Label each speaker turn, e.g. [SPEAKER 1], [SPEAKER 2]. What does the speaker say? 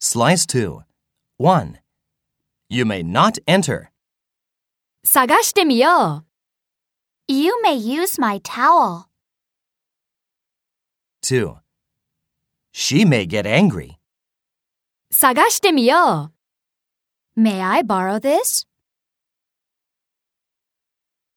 [SPEAKER 1] Slice 2. 1. You may not enter.
[SPEAKER 2] 探してみよう。
[SPEAKER 3] You may use my towel.
[SPEAKER 1] 2. She may get angry.
[SPEAKER 2] 探してみよう。
[SPEAKER 3] May I borrow this?